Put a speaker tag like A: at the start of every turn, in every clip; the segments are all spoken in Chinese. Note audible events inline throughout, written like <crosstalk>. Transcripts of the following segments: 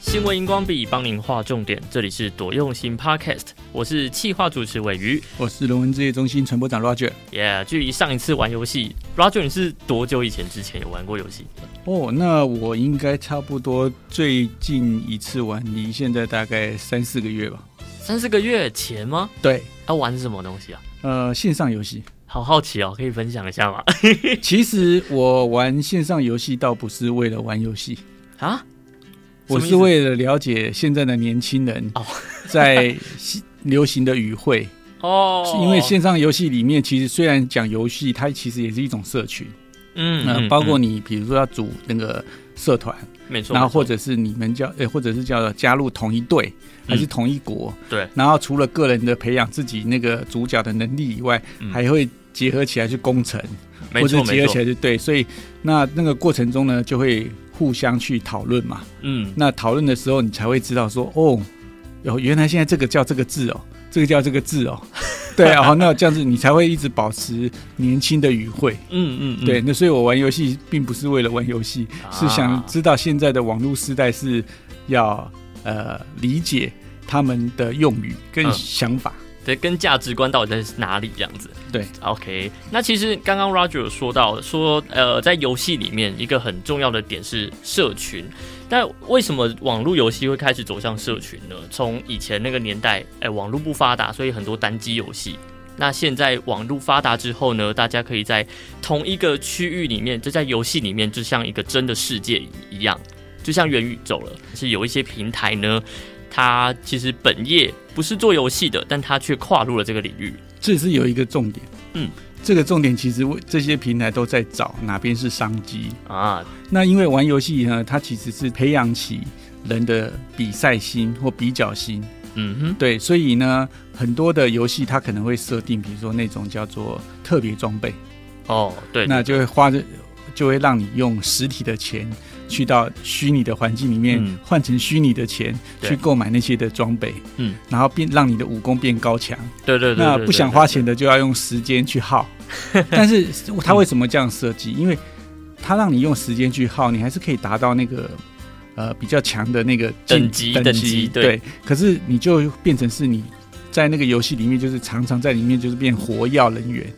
A: 新闻荧光笔帮您画重点，这里是多用心 Podcast，我是企划主持尾鱼。
B: 我是人文置业中心传播长 Roger。
A: 耶、距离上一次玩游戏，Roger 你是多久以前之前有玩过游戏？
B: 哦，那我应该差不多最近一次玩，离现在大概三四个月吧。
A: 三四个月前吗？
B: 对，
A: 要玩什么东西啊？
B: 呃，线上游戏，
A: 好好奇哦，可以分享一
B: <laughs>
A: 下吗？
B: 其实我玩线上游戏倒不是为了玩游戏，
A: 啊，
B: 我
A: 什么意
B: 是
A: 思
B: 为了了解现在的年轻人
A: 哦
B: <laughs> 在西流行的语汇，
A: 哦，
B: 因为线上游戏里面其实虽然讲游戏，它其实也是一种社群，
A: 嗯
B: 那呃包括你比如说要组那个社团，
A: 没错，
B: 然后或
A: 没错
B: 者是你们叫，呃，或者是叫加入同一队还是
A: 嗯
B: 同一国，
A: 对，
B: 然后除了个人的培养自己那个主角的能力以外，
A: 嗯
B: 还会结合起来去攻城，
A: 没
B: 或者
A: 错
B: 结
A: 没
B: 合起
A: 错，
B: 来去对，所以那那个过程中呢，就会互相去讨论嘛。
A: 嗯，
B: 那讨论的时候，你才会知道说，哦，哦，原来现在这个叫这个字哦，这个叫这个
A: <laughs>
B: 字哦，对啊，哦，那这样子你才会一直保持年轻的语汇。
A: 嗯嗯嗯，
B: 对，那所以我玩游戏并不是为了玩游戏，
A: 啊
B: 是想知道现在的网络时代是要呃理解他们的用语跟
A: 嗯
B: 想法。
A: 对，跟价值观到底在哪里这样子？
B: 对
A: ，OK。那其实刚刚 Roger 有说到说，呃，在游戏里面一个很重要的点是社群。但为什么网络游戏会开始走向社群呢？从以前那个年代，哎、网络不发达，所以很多单机游戏。那现在网络发达之后呢，大家可以在同一个区域里面，就在游戏里面，就像一个真的世界一样，就像元宇宙了。是有一些平台呢，他其实本业不是做游戏的，但他却跨入了这个领域。
B: 这是有一个重点，
A: 嗯，
B: 这个重点其实我这些平台都在找哪边是商机。
A: 啊，
B: 那因为玩游戏呢，它其实是培养起人的比赛心或比较心，
A: 嗯哼，
B: 对，所以呢，很多的游戏它可能会设定，比如说那种叫做特别装备，
A: 哦，对，
B: 那就会花着。就会让你用实体的钱去到虚拟的环境里面
A: 嗯，
B: 换成虚拟的钱
A: 对
B: 去购买那些的装备，
A: 嗯，
B: 然后变让你的武功变高强，
A: 对对对
B: 那
A: 对
B: 不想
A: 对
B: 花
A: 对
B: 钱的就要用时间
A: <laughs>
B: 去耗。但是他为什么这样设计？因为他让你用时间去耗，你还是可以达到那个呃比较强的那个
A: 等
B: 境
A: 级
B: 等
A: 等级对
B: 可是你就变成是你在那个游戏里面，就是常常在里面就是变活药人员，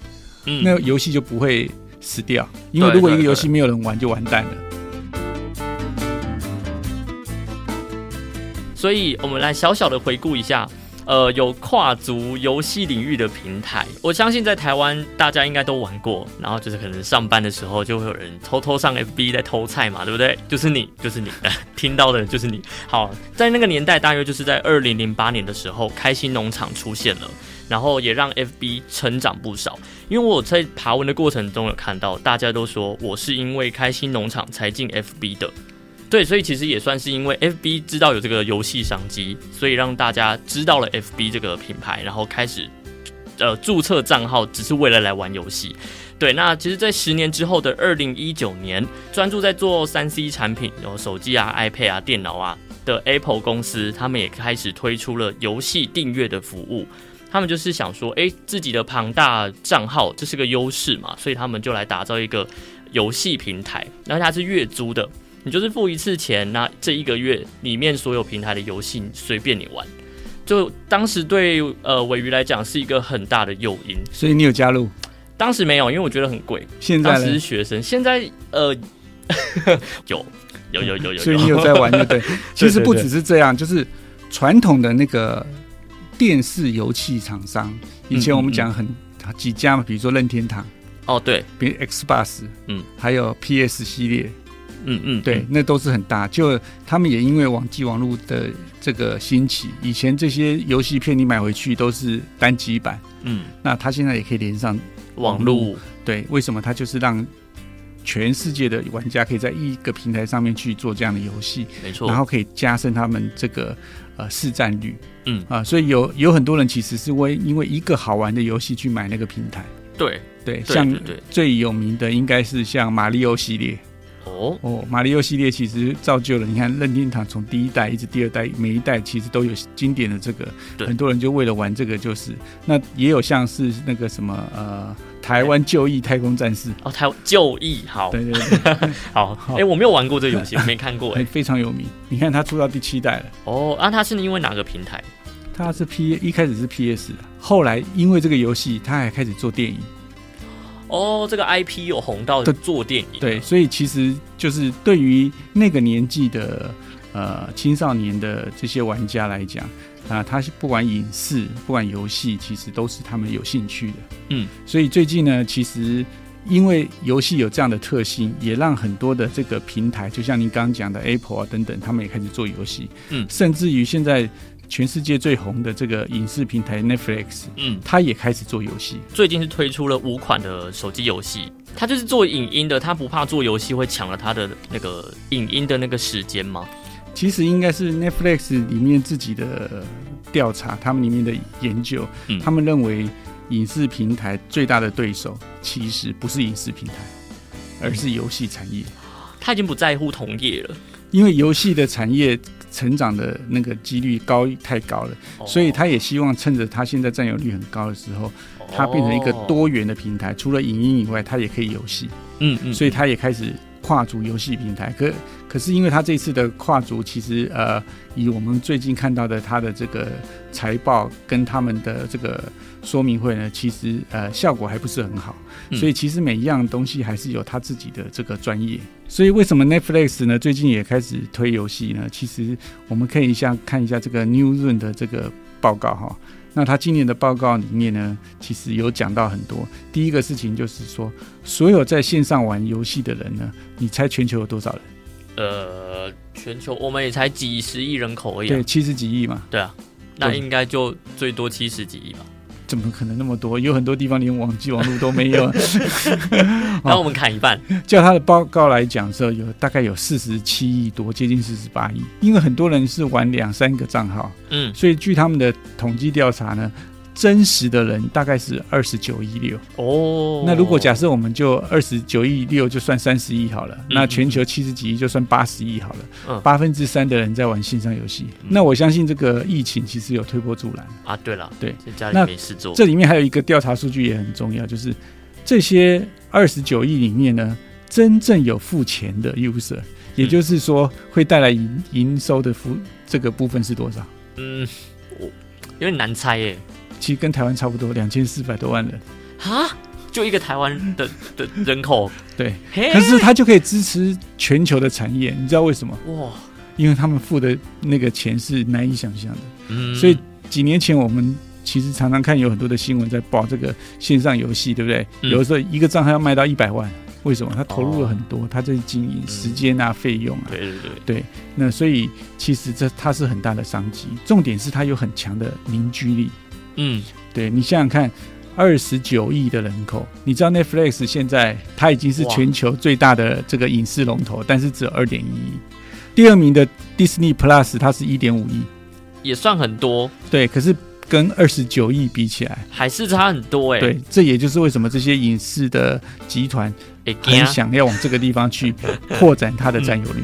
A: 嗯
B: 那游戏就不会死掉。因为
A: 对
B: 如果一
A: 对
B: 个游
A: 对
B: 戏没有人玩，就完蛋了。
A: 所以我们来小小的回顾一下。呃，有跨足游戏领域的平台，我相信在台湾大家应该都玩过。然后就是可能上班的时候就会有人偷偷上 FB 在偷菜嘛，对不对？就是你，就是你， <laughs> 听到的人就是你。好，在那个年代，大约就是在二零零八年的时候，开心农场出现了，然后也让 FB 成长不少。因为我在爬文的过程中有看到，大家都说我是因为开心农场才进 FB 的，对，所以其实也算是因为 FB 知道有这个游戏商机，所以让大家知道了 FB 这个品牌，然后开始呃注册账号，只是为了来玩游戏。对，那其实，在十年之后的二零一九年，专注在做三 C 产品，有手机啊、iPad 啊、电脑啊的 Apple 公司，他们也开始推出了游戏订阅的服务。他们就是想说，诶，自己的庞大账号这是个优势嘛，所以他们就来打造一个游戏平台，然后它是月租的，你就是付一次钱，那这一个月里面所有平台的游戏随便你玩。就当时对呃尾鱼来讲是一个很大的诱因，
B: 所以你有加入？
A: 当时没有，因为我觉得很贵，
B: 现在
A: 当时是
B: 呢？
A: 学生，现在呃 <laughs> 有有有有有
B: 所以你有在玩，对不对？其实不只是这样，就是传统的那个电视油器厂商，
A: 嗯
B: 以前我们讲很几家嘛，比如说任天堂，
A: <laughs> 哦对，
B: 比如 Xbox，
A: 嗯，
B: 还有 PS 系列，
A: 嗯嗯
B: 对，
A: 嗯
B: 那都是很大。就他们也因为网际网络的这个兴起，以前这些游戏片你买回去都是单机版，
A: 嗯
B: 那它现在也可以连上。
A: 网络
B: 对，为什么它就是让全世界的玩家可以在一个平台上面去做这样的游戏？
A: 没错，
B: 然后可以加深他们这个呃市占率。
A: 嗯
B: 啊、所以有有很多人其实是为因为一个好玩的游戏去买那个平台。
A: 对
B: 对，
A: 对
B: 像
A: 对对
B: 最有名的应该是像马里奥系列，
A: 哦，
B: 哦，马里奥系列其实造就了你看任天堂从第一代一直第二代，每一代其实都有经典的这个，
A: 对
B: 很多人就为了玩这个就是，那也有像是那个什么呃台湾就义太空战士，
A: 哦，台湾就义，好
B: 对对对，
A: 好，哎、我没有玩过这个游
B: <laughs>
A: 戏，我没看过、
B: 哎
A: 哎，
B: 非常有名。你看它出到第七代了，
A: 哦，啊，它是因为哪个平台？
B: 它是 P 一开始是 PS，后来因为这个游戏，它还开始做电影，
A: 哦，这个 IP 有红到
B: 对
A: 做电影，
B: 对，，所以其实就是对于那个年纪的呃青少年的这些玩家来讲，啊、他是不管影视，不管游戏，其实都是他们有兴趣的。
A: 嗯，
B: 所以最近呢，其实因为游戏有这样的特性，也让很多的这个平台，就像您刚刚讲的 Apple 啊等等，他们也开始做游戏。
A: 嗯
B: 甚至于现在全世界最红的这个影视平台 Netflix，
A: 嗯，
B: 它也开始做游戏。
A: 最近是推出了五款的手机游戏，它就是做影音的，它不怕做游戏会抢了它的那个影音的那个时间吗？
B: 其实应该是 Netflix 里面自己的呃调查，他们里面的研究，
A: 嗯
B: 他们认为影视平台最大的对手其实不是影视平台，而是游戏产业，
A: 他已经不在乎同业了，
B: 因为游戏的产业成长的那个几率高太高了，
A: 哦
B: 所以他也希望趁着他现在占有率很高的时候，
A: 哦
B: 它变成一个多元的平台，除了影音以外，它也可以游戏。
A: 哦嗯嗯，
B: 所以他也开始跨足游戏平台。可可是因为他这次的跨足，其实呃，以我们最近看到的他的这个财报跟他们的这个说明会呢，其实呃效果还不是很好。
A: 嗯
B: 所以其实每一样东西还是有他自己的这个专业。所以为什么 Netflix 呢最近也开始推游戏呢？其实我们可以像看一下这个 Newzone 的这个报告哈。那他今年的报告里面呢，其实有讲到很多。第一个事情就是说，所有在线上玩游戏的人呢，你猜全球有多少人？
A: 呃，全球我们也才几十亿人口而已啊、
B: 对，七十几亿嘛，
A: 对啊，那
B: 对
A: 应该就最多七十几亿吧。
B: 怎么可能那么多？有很多地方连网际网络都没有。 <laughs> 啊
A: 那我们砍一半，
B: 叫他的报告来讲的时候，有大概有四十七亿多，接近四十八亿。因为很多人是玩两三个账号，
A: 嗯，
B: 所以据他们的统计调查呢，真实的人大概是二十九亿六。
A: 哦，
B: 那如果假设我们就二十九亿六就算三十亿好了，那全球七十几亿就算八十亿好
A: 嗯
B: 了，八分之三的人在玩线上游戏。
A: 嗯
B: 那我相信这个疫情其实有推波助澜。
A: 啊，对了，
B: 对，
A: 在家
B: 那
A: 里没事做，
B: 这里面还有一个调查数据也很重要，就是这些二十九亿里面呢，真正有付钱的 user，也
A: 嗯
B: 就是说会带来营营收的付这个部分是多少？
A: 嗯，我有点难猜耶，
B: 其实跟台湾差不多，两千四百多万人。
A: 啊，就一个台湾的的人口，
B: 对，
A: 嘿
B: 可是它就可以支持全球的产业，你知道为什么？
A: 哇，
B: 因为他们付的那个钱是难以想象的。
A: 嗯，
B: 所以几年前我们其实常常看有很多的新闻在报这个线上游戏，对不对？
A: 嗯
B: 有的时候一个账号要卖到一百万，为什么？他投入了很多，他在经营时间啊、费用啊。
A: 对对对，
B: 那所以其实这它是很大的商机，重点是它有很强的凝聚力。
A: 嗯，
B: 对你想想看。二十九亿的人口，你知道 Netflix 现在它已经是
A: 哇
B: 全球最大的这个影视龙头，但是只有二点一亿。第二名的 Disney Plus 它是一点五亿，
A: 也算很多，
B: 对，可是跟二十九亿比起来，
A: 还是差很多哎，
B: 对，这也就是为什么这些影视的集团
A: 会
B: 很
A: 怕，
B: 想要往这个地方 <laughs> 去扩展它的占有率。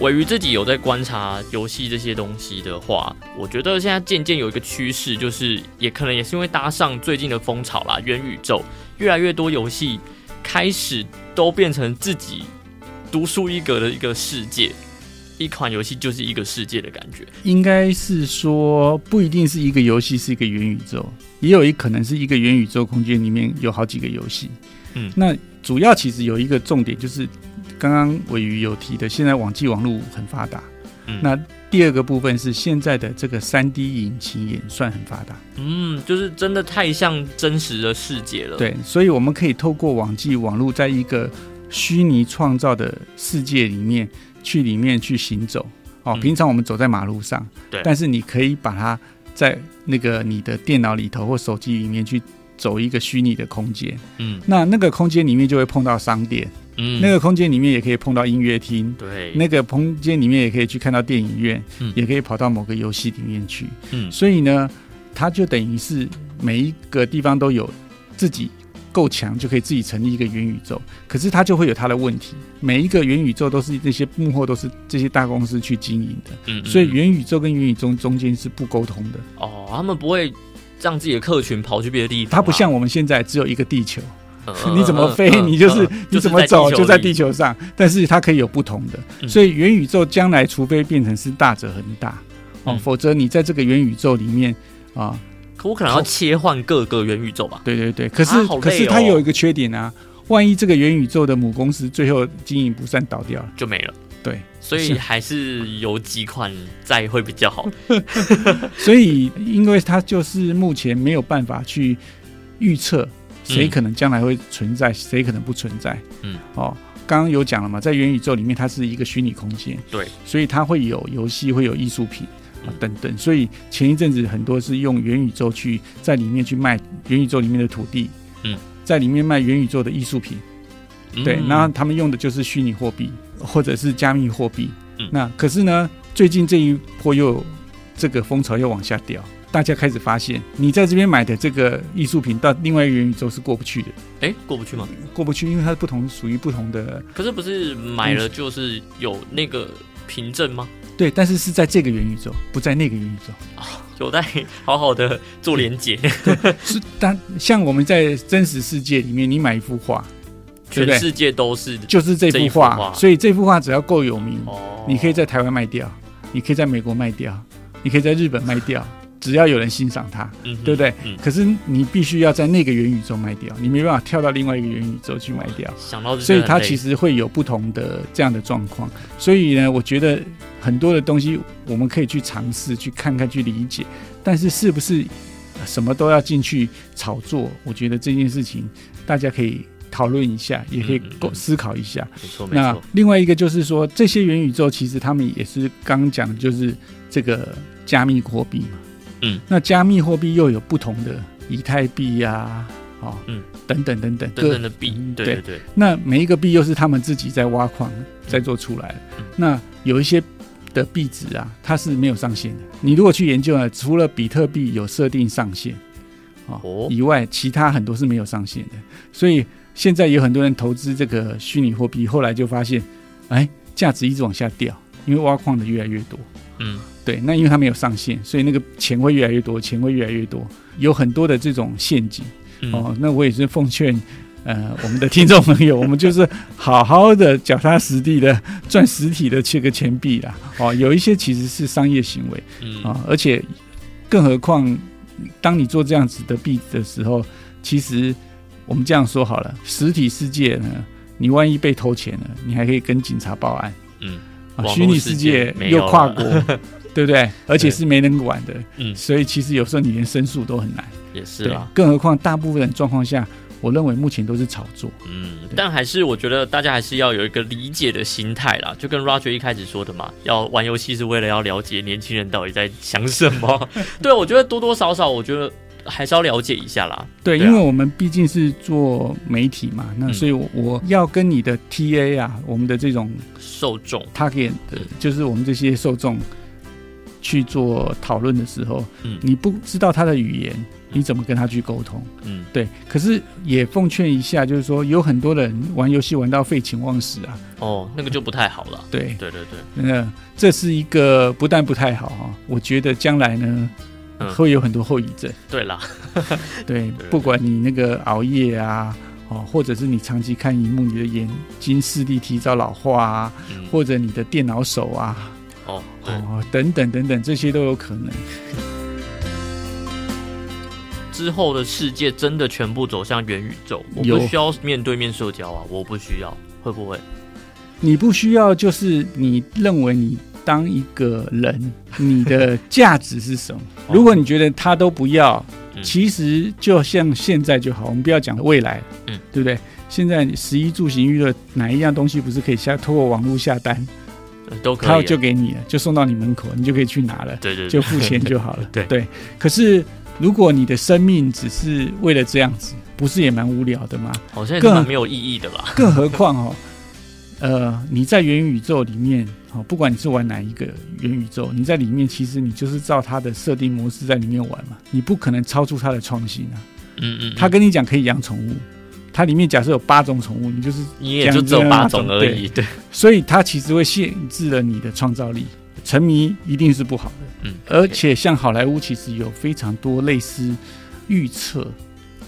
A: 尾鱼自己有在观察游戏这些东西的话，我觉得现在渐渐有一个趋势，就是也可能也是因为搭上最近的风潮啦，元宇宙，越来越多游戏开始都变成自己独树一格的一个世界，一款游戏就是一个世界的感觉。
B: 应该是说，不一定是一个游戏是一个元宇宙，也有一可能是一个元宇宙空间里面有好几个游戏。
A: 嗯
B: 那主要其实有一个重点就是，刚刚尾鱼有提的，现在网际网络很发达。
A: 嗯
B: 那第二个部分是现在的这个三 D 引擎也算很发达。
A: 嗯，就是真的太像真实的世界了。，
B: 对，所以我们可以透过网际网络，在一个虚拟创造的世界里面去里面去行走。哦，
A: 嗯
B: 平常我们走在马路上，
A: 对
B: 但是你可以把它在那个你的电脑里头或手机里面去走一个虚拟的空间。
A: 嗯
B: 那那个空间里面就会碰到商店，
A: 嗯，
B: 那个空间里面也可以碰到音乐厅。
A: 对，
B: 那个空间里面也可以去看到电影院，
A: 嗯
B: 也可以跑到某个游戏里面去。
A: 嗯
B: 所以呢，它就等于是每一个地方都有自己够强，就可以自己成立一个元宇宙。可是它就会有它的问题，每一个元宇宙都是那些幕后都是这些大公司去经营的，
A: 嗯，嗯
B: 所以元宇宙跟元宇宙中间是不沟通的。
A: 哦，他们不会让自己的客群跑去别的地方啊，
B: 它不像我们现在只有一个地球，
A: 嗯
B: <laughs> 你怎么飞，
A: 嗯嗯
B: 你就是
A: 嗯
B: 你怎么走就在地
A: 球
B: 球上，但是它可以有不同的。
A: 嗯
B: 所以元宇宙将来，除非变成是大者恒大哦，
A: 嗯
B: 否则你在这个元宇宙里面啊，
A: 里，可我可能要切换各个元宇宙吧。
B: 对对对，可是、
A: 啊好累哦
B: 可是它有一个缺点啊，万一这个元宇宙的母公司最后经营不善倒掉了，
A: 就没了。
B: 对，
A: 所以
B: 是
A: 还是有几款在会比
B: <laughs>
A: 较好。
B: 所以因为它就是目前没有办法去预测谁可能将来会存在，谁可能不存在，
A: 嗯，
B: 哦。刚刚有讲了嘛，在元宇宙里面，它是一个虚拟空间，
A: 对，
B: 所以它会有游戏，会有艺术品啊
A: 嗯
B: 等等。所以前一阵子很多是用元宇宙去在里面去卖元宇宙里面的土地，
A: 嗯，
B: 在里面卖元宇宙的艺术品，对，
A: 嗯
B: 那他们用的就是虚拟货币或者是加密货币。
A: 嗯
B: 那可是呢，最近这一波又有这个风潮又往下掉，大家开始发现，你在这边买的这个艺术品到另外一个元宇宙是过不去的，
A: 哎、过不去吗？
B: 过不去，因为它是不同属于不同的
A: 可是不是买了就是有那个凭证吗？
B: 对，但是是在这个元宇宙，不在那个元宇宙。
A: 有待好好的做连
B: <laughs>
A: 接，
B: 是，但像我们在真实世界里面，你买一幅画，对
A: 全
B: 不对
A: 世界都是
B: 就是这
A: 这一
B: 幅
A: 幅
B: 画，
A: 画
B: 所以这幅画只要够有名，
A: 哦。
B: 你可以在台湾卖掉，你可以在美国卖掉，你可以在日本卖掉，只要有人欣赏它。
A: 嗯哼
B: 对不对？
A: 嗯，
B: 可是你必须要在那个元宇宙卖掉，你没办法跳到另外一个元宇宙去卖掉，
A: 想到就
B: 所以它其
A: 实
B: 实会有不同的这样的状况。所以呢，我觉得很多的东西我们可以去尝试、去看看、去理解，但是是不是呃什么都要进去炒作？我觉得这件事情大家可以讨论一下，也可以
A: 嗯嗯嗯
B: 构思考一下。
A: 没错没
B: 那
A: 错，
B: 另外一个就是说，这些元宇宙其实他们也是刚刚讲的，就是这个加密货币嘛。
A: 嗯，
B: 那加密货币又有不同的以太币呀、啊，哦，
A: 嗯，
B: 等等等等，各
A: 真正的币
B: 嗯，
A: 对对对，
B: 那每一个币又是他们自己在挖矿再做出来的。
A: 嗯
B: 那有一些的币值啊，它是没有上限的。你如果去研究呢，除了比特币有设定上限啊、
A: 哦
B: 以外，其他很多是没有上限的。所以现在有很多人投资这个虚拟货币，后来就发现，哎，价值一直往下掉，因为挖矿的越来越多。
A: 嗯，
B: 对，那因为它没有上限，所以那个钱会越来越多，钱会越来越多，有很多的这种陷阱。
A: 嗯
B: 哦，那我也是奉劝。呃，我们的听众朋友，我们就是好好的脚踏实地的赚实体的这个钱币啦。哦，有一些其实是商业行为
A: 嗯
B: 啊、而且更何况，当你做这样子的币的时候，其实我们这样说好了，实体世界呢，你万一被偷钱了，你还可以跟警察报案
A: 嗯
B: 啊。
A: 网络
B: 虚拟
A: 世
B: 世
A: 界
B: 界
A: 没有
B: 又跨
A: 了
B: 国，对不对？而且是没人管的，
A: 嗯，
B: 所以其实有时候你连申诉都很难。
A: 也是
B: 对
A: 啦，，
B: 更何况大部分状况下，我认为目前都是炒作。
A: 嗯，
B: 对
A: 但还是我觉得大家还是要有一个理解的心态啦，就跟 Roger 一开始说的嘛，要玩游戏是为了要了解年轻人到底在想什
B: <laughs>
A: 么。对，我觉得多多少少，我觉得还是要了解一下啦。
B: 对，
A: 对啊
B: 因为我们毕竟是做媒体嘛，那
A: 嗯
B: 所以我我要跟你的 TA 啊，我们的这种
A: 受众，
B: target，
A: 嗯
B: 就是我们这些受众去做讨论的时候，
A: 嗯
B: 你不知道他的语言，你怎么跟他去沟通？
A: 嗯，
B: 对，可是也奉劝一下，就是说有很多人玩游戏玩到废寝忘食啊，
A: 哦，那个就不太好了。
B: 对，
A: 对对对，
B: 那这是一个不但不太好哈、我觉得将来呢
A: 嗯
B: 会有很多后遗症。
A: 对啦，
B: 对
A: 对，
B: 不管你那个熬夜啊，哦，或者是你长期看荧幕，你的眼睛视力提早老化啊，
A: 嗯，
B: 或者你的电脑手啊，
A: 哦，对，
B: 哦，等等等等，这些都有可能。
A: 之后的世界真的全部走向元宇宙，我
B: 有
A: 不需要面对面社交啊，我不需要，会不会？
B: 你不需要，就是你认为你当一个人，你的价值是什么？
A: <laughs> 哦
B: 如果你觉得他都不要，
A: 嗯
B: 其实就像现在就好，我们不要讲未来，
A: 嗯，
B: 对不对？现在十一住行娱乐哪一样东西不是可以下透过网络下单，
A: 呃都可以
B: 他
A: 啊，
B: 就给你了，就送到你门口，你就可以去拿了。
A: 对对对，。
B: 就付钱就好了
A: 对
B: 可是如果你的生命只是为了这样子，不是也蛮无聊
A: <laughs>
B: 的吗？
A: <laughs> 好像也
B: 更
A: 蛮没有意义的啦。
B: 更何况哦，呃，你在元宇宙里面，哦，不管你是玩哪一个元宇宙，你在里面其实你就是照它的设定模式在里面玩嘛，你不可能超出它的创新啊。
A: 嗯嗯，嗯
B: 他跟你讲可以养宠物，它里面假设有八种宠物，你就是，
A: 你也就只有八种而
B: 这
A: 已，对，
B: 所以它其实会限制了你的创造力。沉迷一定是不好的，
A: 嗯，
B: 而且像好莱坞其实有非常多类似预测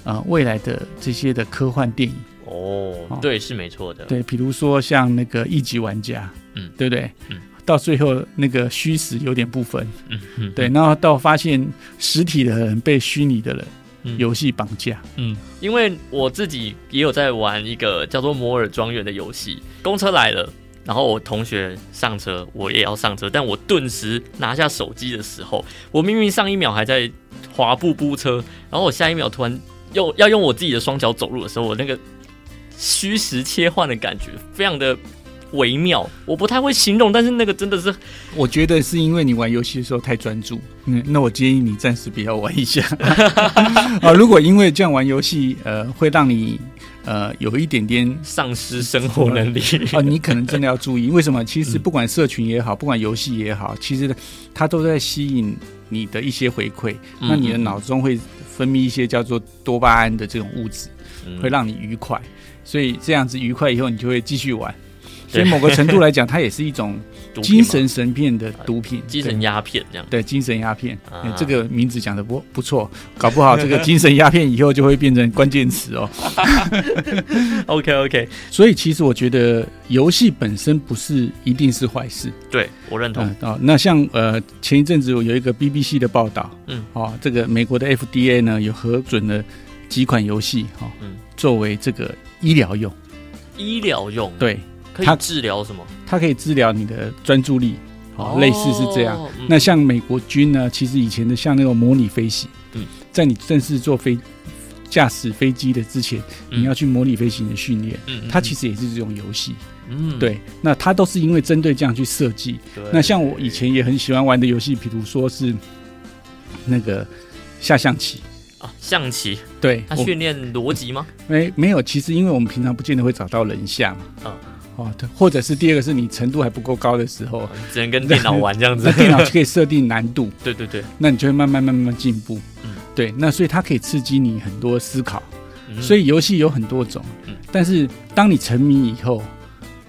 B: 啊、呃未来的这些的科幻电影。
A: 哦
B: 哦，
A: 对，是没错的，
B: 对，比如说像那个一级玩家，
A: 嗯
B: 对不对？
A: 嗯，
B: 到最后那个虚实有点不分，
A: 嗯，嗯
B: 对，，然后到发现实体的人被虚拟的人
A: 嗯
B: 游戏绑架，
A: 嗯，因为我自己也有在玩一个叫做《摩尔庄园》的游戏，公车来了。然后我同学上车，我也要上车，但我顿时拿下手机的时候，我明明上一秒还在滑步步车，然后我下一秒突然又要用我自己的双脚走路的时候，我那个虚实切换的感觉非常的微妙，我不太会形容，但是那个真的是
B: 我觉得是因为你玩游戏的时候太专注，嗯，那我建议你暂时不要玩一 <laughs> 下。啊，如果因为这样玩游戏，呃，会让你呃有一点点
A: 丧失生活能力。 <laughs>
B: 啊，你可能真的要注意。为什么？其实
A: 嗯
B: 不管社群也好，不管游戏也好，其实它都在吸引你的一些回馈。
A: 嗯
B: 那你的脑中会分泌一些叫做多巴胺的这种物质，
A: 嗯
B: 会让你愉快。所以这样子愉快以后，你就会继续玩。所
A: 对
B: 以某个程度来讲，它也是一种
A: <laughs> 毒品
B: 精
A: 嘛
B: 神神片的毒品，
A: 精
B: 对
A: 神鸦片
B: <laughs>
A: 这样。
B: 对精神鸦片、
A: 啊
B: 哎这个名字讲的不不错，搞不好这个精神鸦片以后就会变成关键词哦。
A: OK OK，
B: 所以其实我觉得游戏本身不是一定是坏事。
A: 对我认同。
B: 嗯，哦，那像呃前一阵子有一个 BBC 的报道，
A: 嗯，
B: 哦，这个美国的 FDA 呢有核准了几款游戏哈，哦
A: 嗯
B: 作为这个医疗用，
A: 医疗用，，
B: 对，
A: 可以
B: 它
A: 治疗什么？
B: 它可以治疗你的专注力，哦，类似是这样。
A: 嗯。
B: 那像美国军呢，其实以前的像那种模拟飞行，
A: 嗯，
B: 在你正式做飞驾驶飞机的之前，
A: 嗯
B: 你要去模拟飞行的训练，
A: 嗯，嗯
B: 它其实也是这种游戏，
A: 嗯，
B: 对，那它都是因为针对这样去设计。
A: 对
B: 那像我以前也很喜欢玩的游戏，比如说是那个下象棋。
A: 啊，象棋，
B: 对，
A: 它
B: 我
A: 训练逻辑
B: <laughs>
A: 吗？
B: 没没有，其实因为我们平常不见得会找到人下嘛。
A: 嗯
B: 哦，对，或者是第二个是你程度还不够高的时候，
A: 只能跟电脑玩这样子
B: <laughs> 那。电脑就可以设定难度，
A: <laughs> 对对对，
B: 那你就会慢慢慢慢进步。
A: 嗯
B: 对，那所以它可以刺激你很多思考。
A: 嗯
B: 所以游戏有很多种，
A: 嗯
B: 但是当你沉迷以后，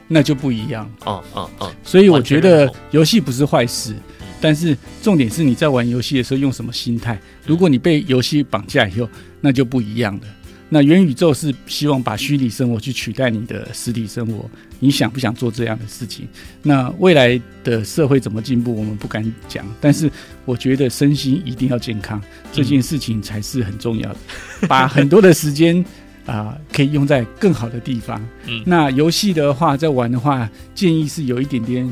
B: 那就不一样了。
A: 哦哦哦，
B: 所以我觉
A: 完全认
B: 得
A: 同
B: 游戏不是坏事，但是重点是你在玩游戏的时候用什么心态。如果你被游戏绑架以后，那就不一样了。那元宇宙是希望把虚拟生活去取代你的实体生活，你想不想做这样的事情？那未来的社会怎么进步，我们不敢讲，但是我觉得身心一定要健康，
A: 嗯
B: 这件事情才是很重要的。把很多的时间啊、可以用在更好的地方。
A: 嗯
B: 那游戏的话，在玩的话，建议是有一点点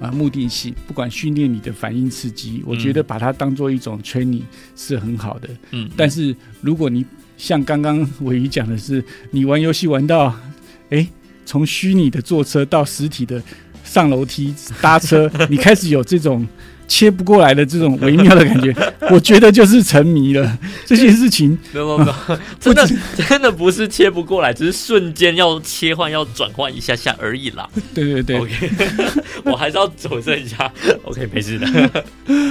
B: 啊、目的性，不管训练你的反应刺激，我觉得把它当做一种 training 是很好的。
A: 嗯，
B: 但是如果你像刚刚伟宇讲的是，你玩游戏玩到，诶，从虚拟的坐车到实体的上楼梯搭车，你开始有这种切不过来的这种微妙的感觉，我觉得就是沉迷了这件事情。
A: 没有没有
B: <laughs>
A: 没有，真的真的不是切不过来，只是瞬间要切换要转换一下下而已啦。
B: 对对对
A: OK，我 <laughs> 还是要纠正一下。OK，没 <laughs> 事的。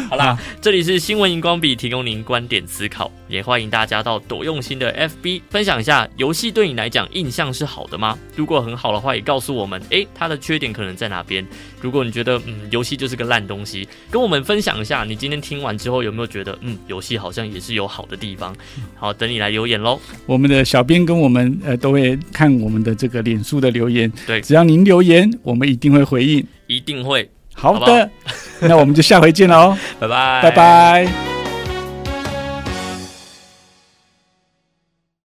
A: 好啦，这里是新闻荧光笔，提供您观点思考，也欢迎大家到朵用心的 FB 分享一下游戏对你来讲印象是好的吗？如果很好的话，也告诉我们，诶，它的缺点可能在哪边？如果你觉得嗯，游戏就是个烂东西，跟我们分享一下，你今天听完之后有没有觉得嗯，游戏好像也是有好的地方？好，等你来留言喽。
B: 我们的小编跟我们呃都会看我们的这个脸书的留言，
A: 对
B: 只要您留言，我们一定会回应。
A: 一定会，
B: 好
A: 好不 <laughs>
B: 的，那我们就下回见喽，
A: 拜拜，
B: 拜。拜。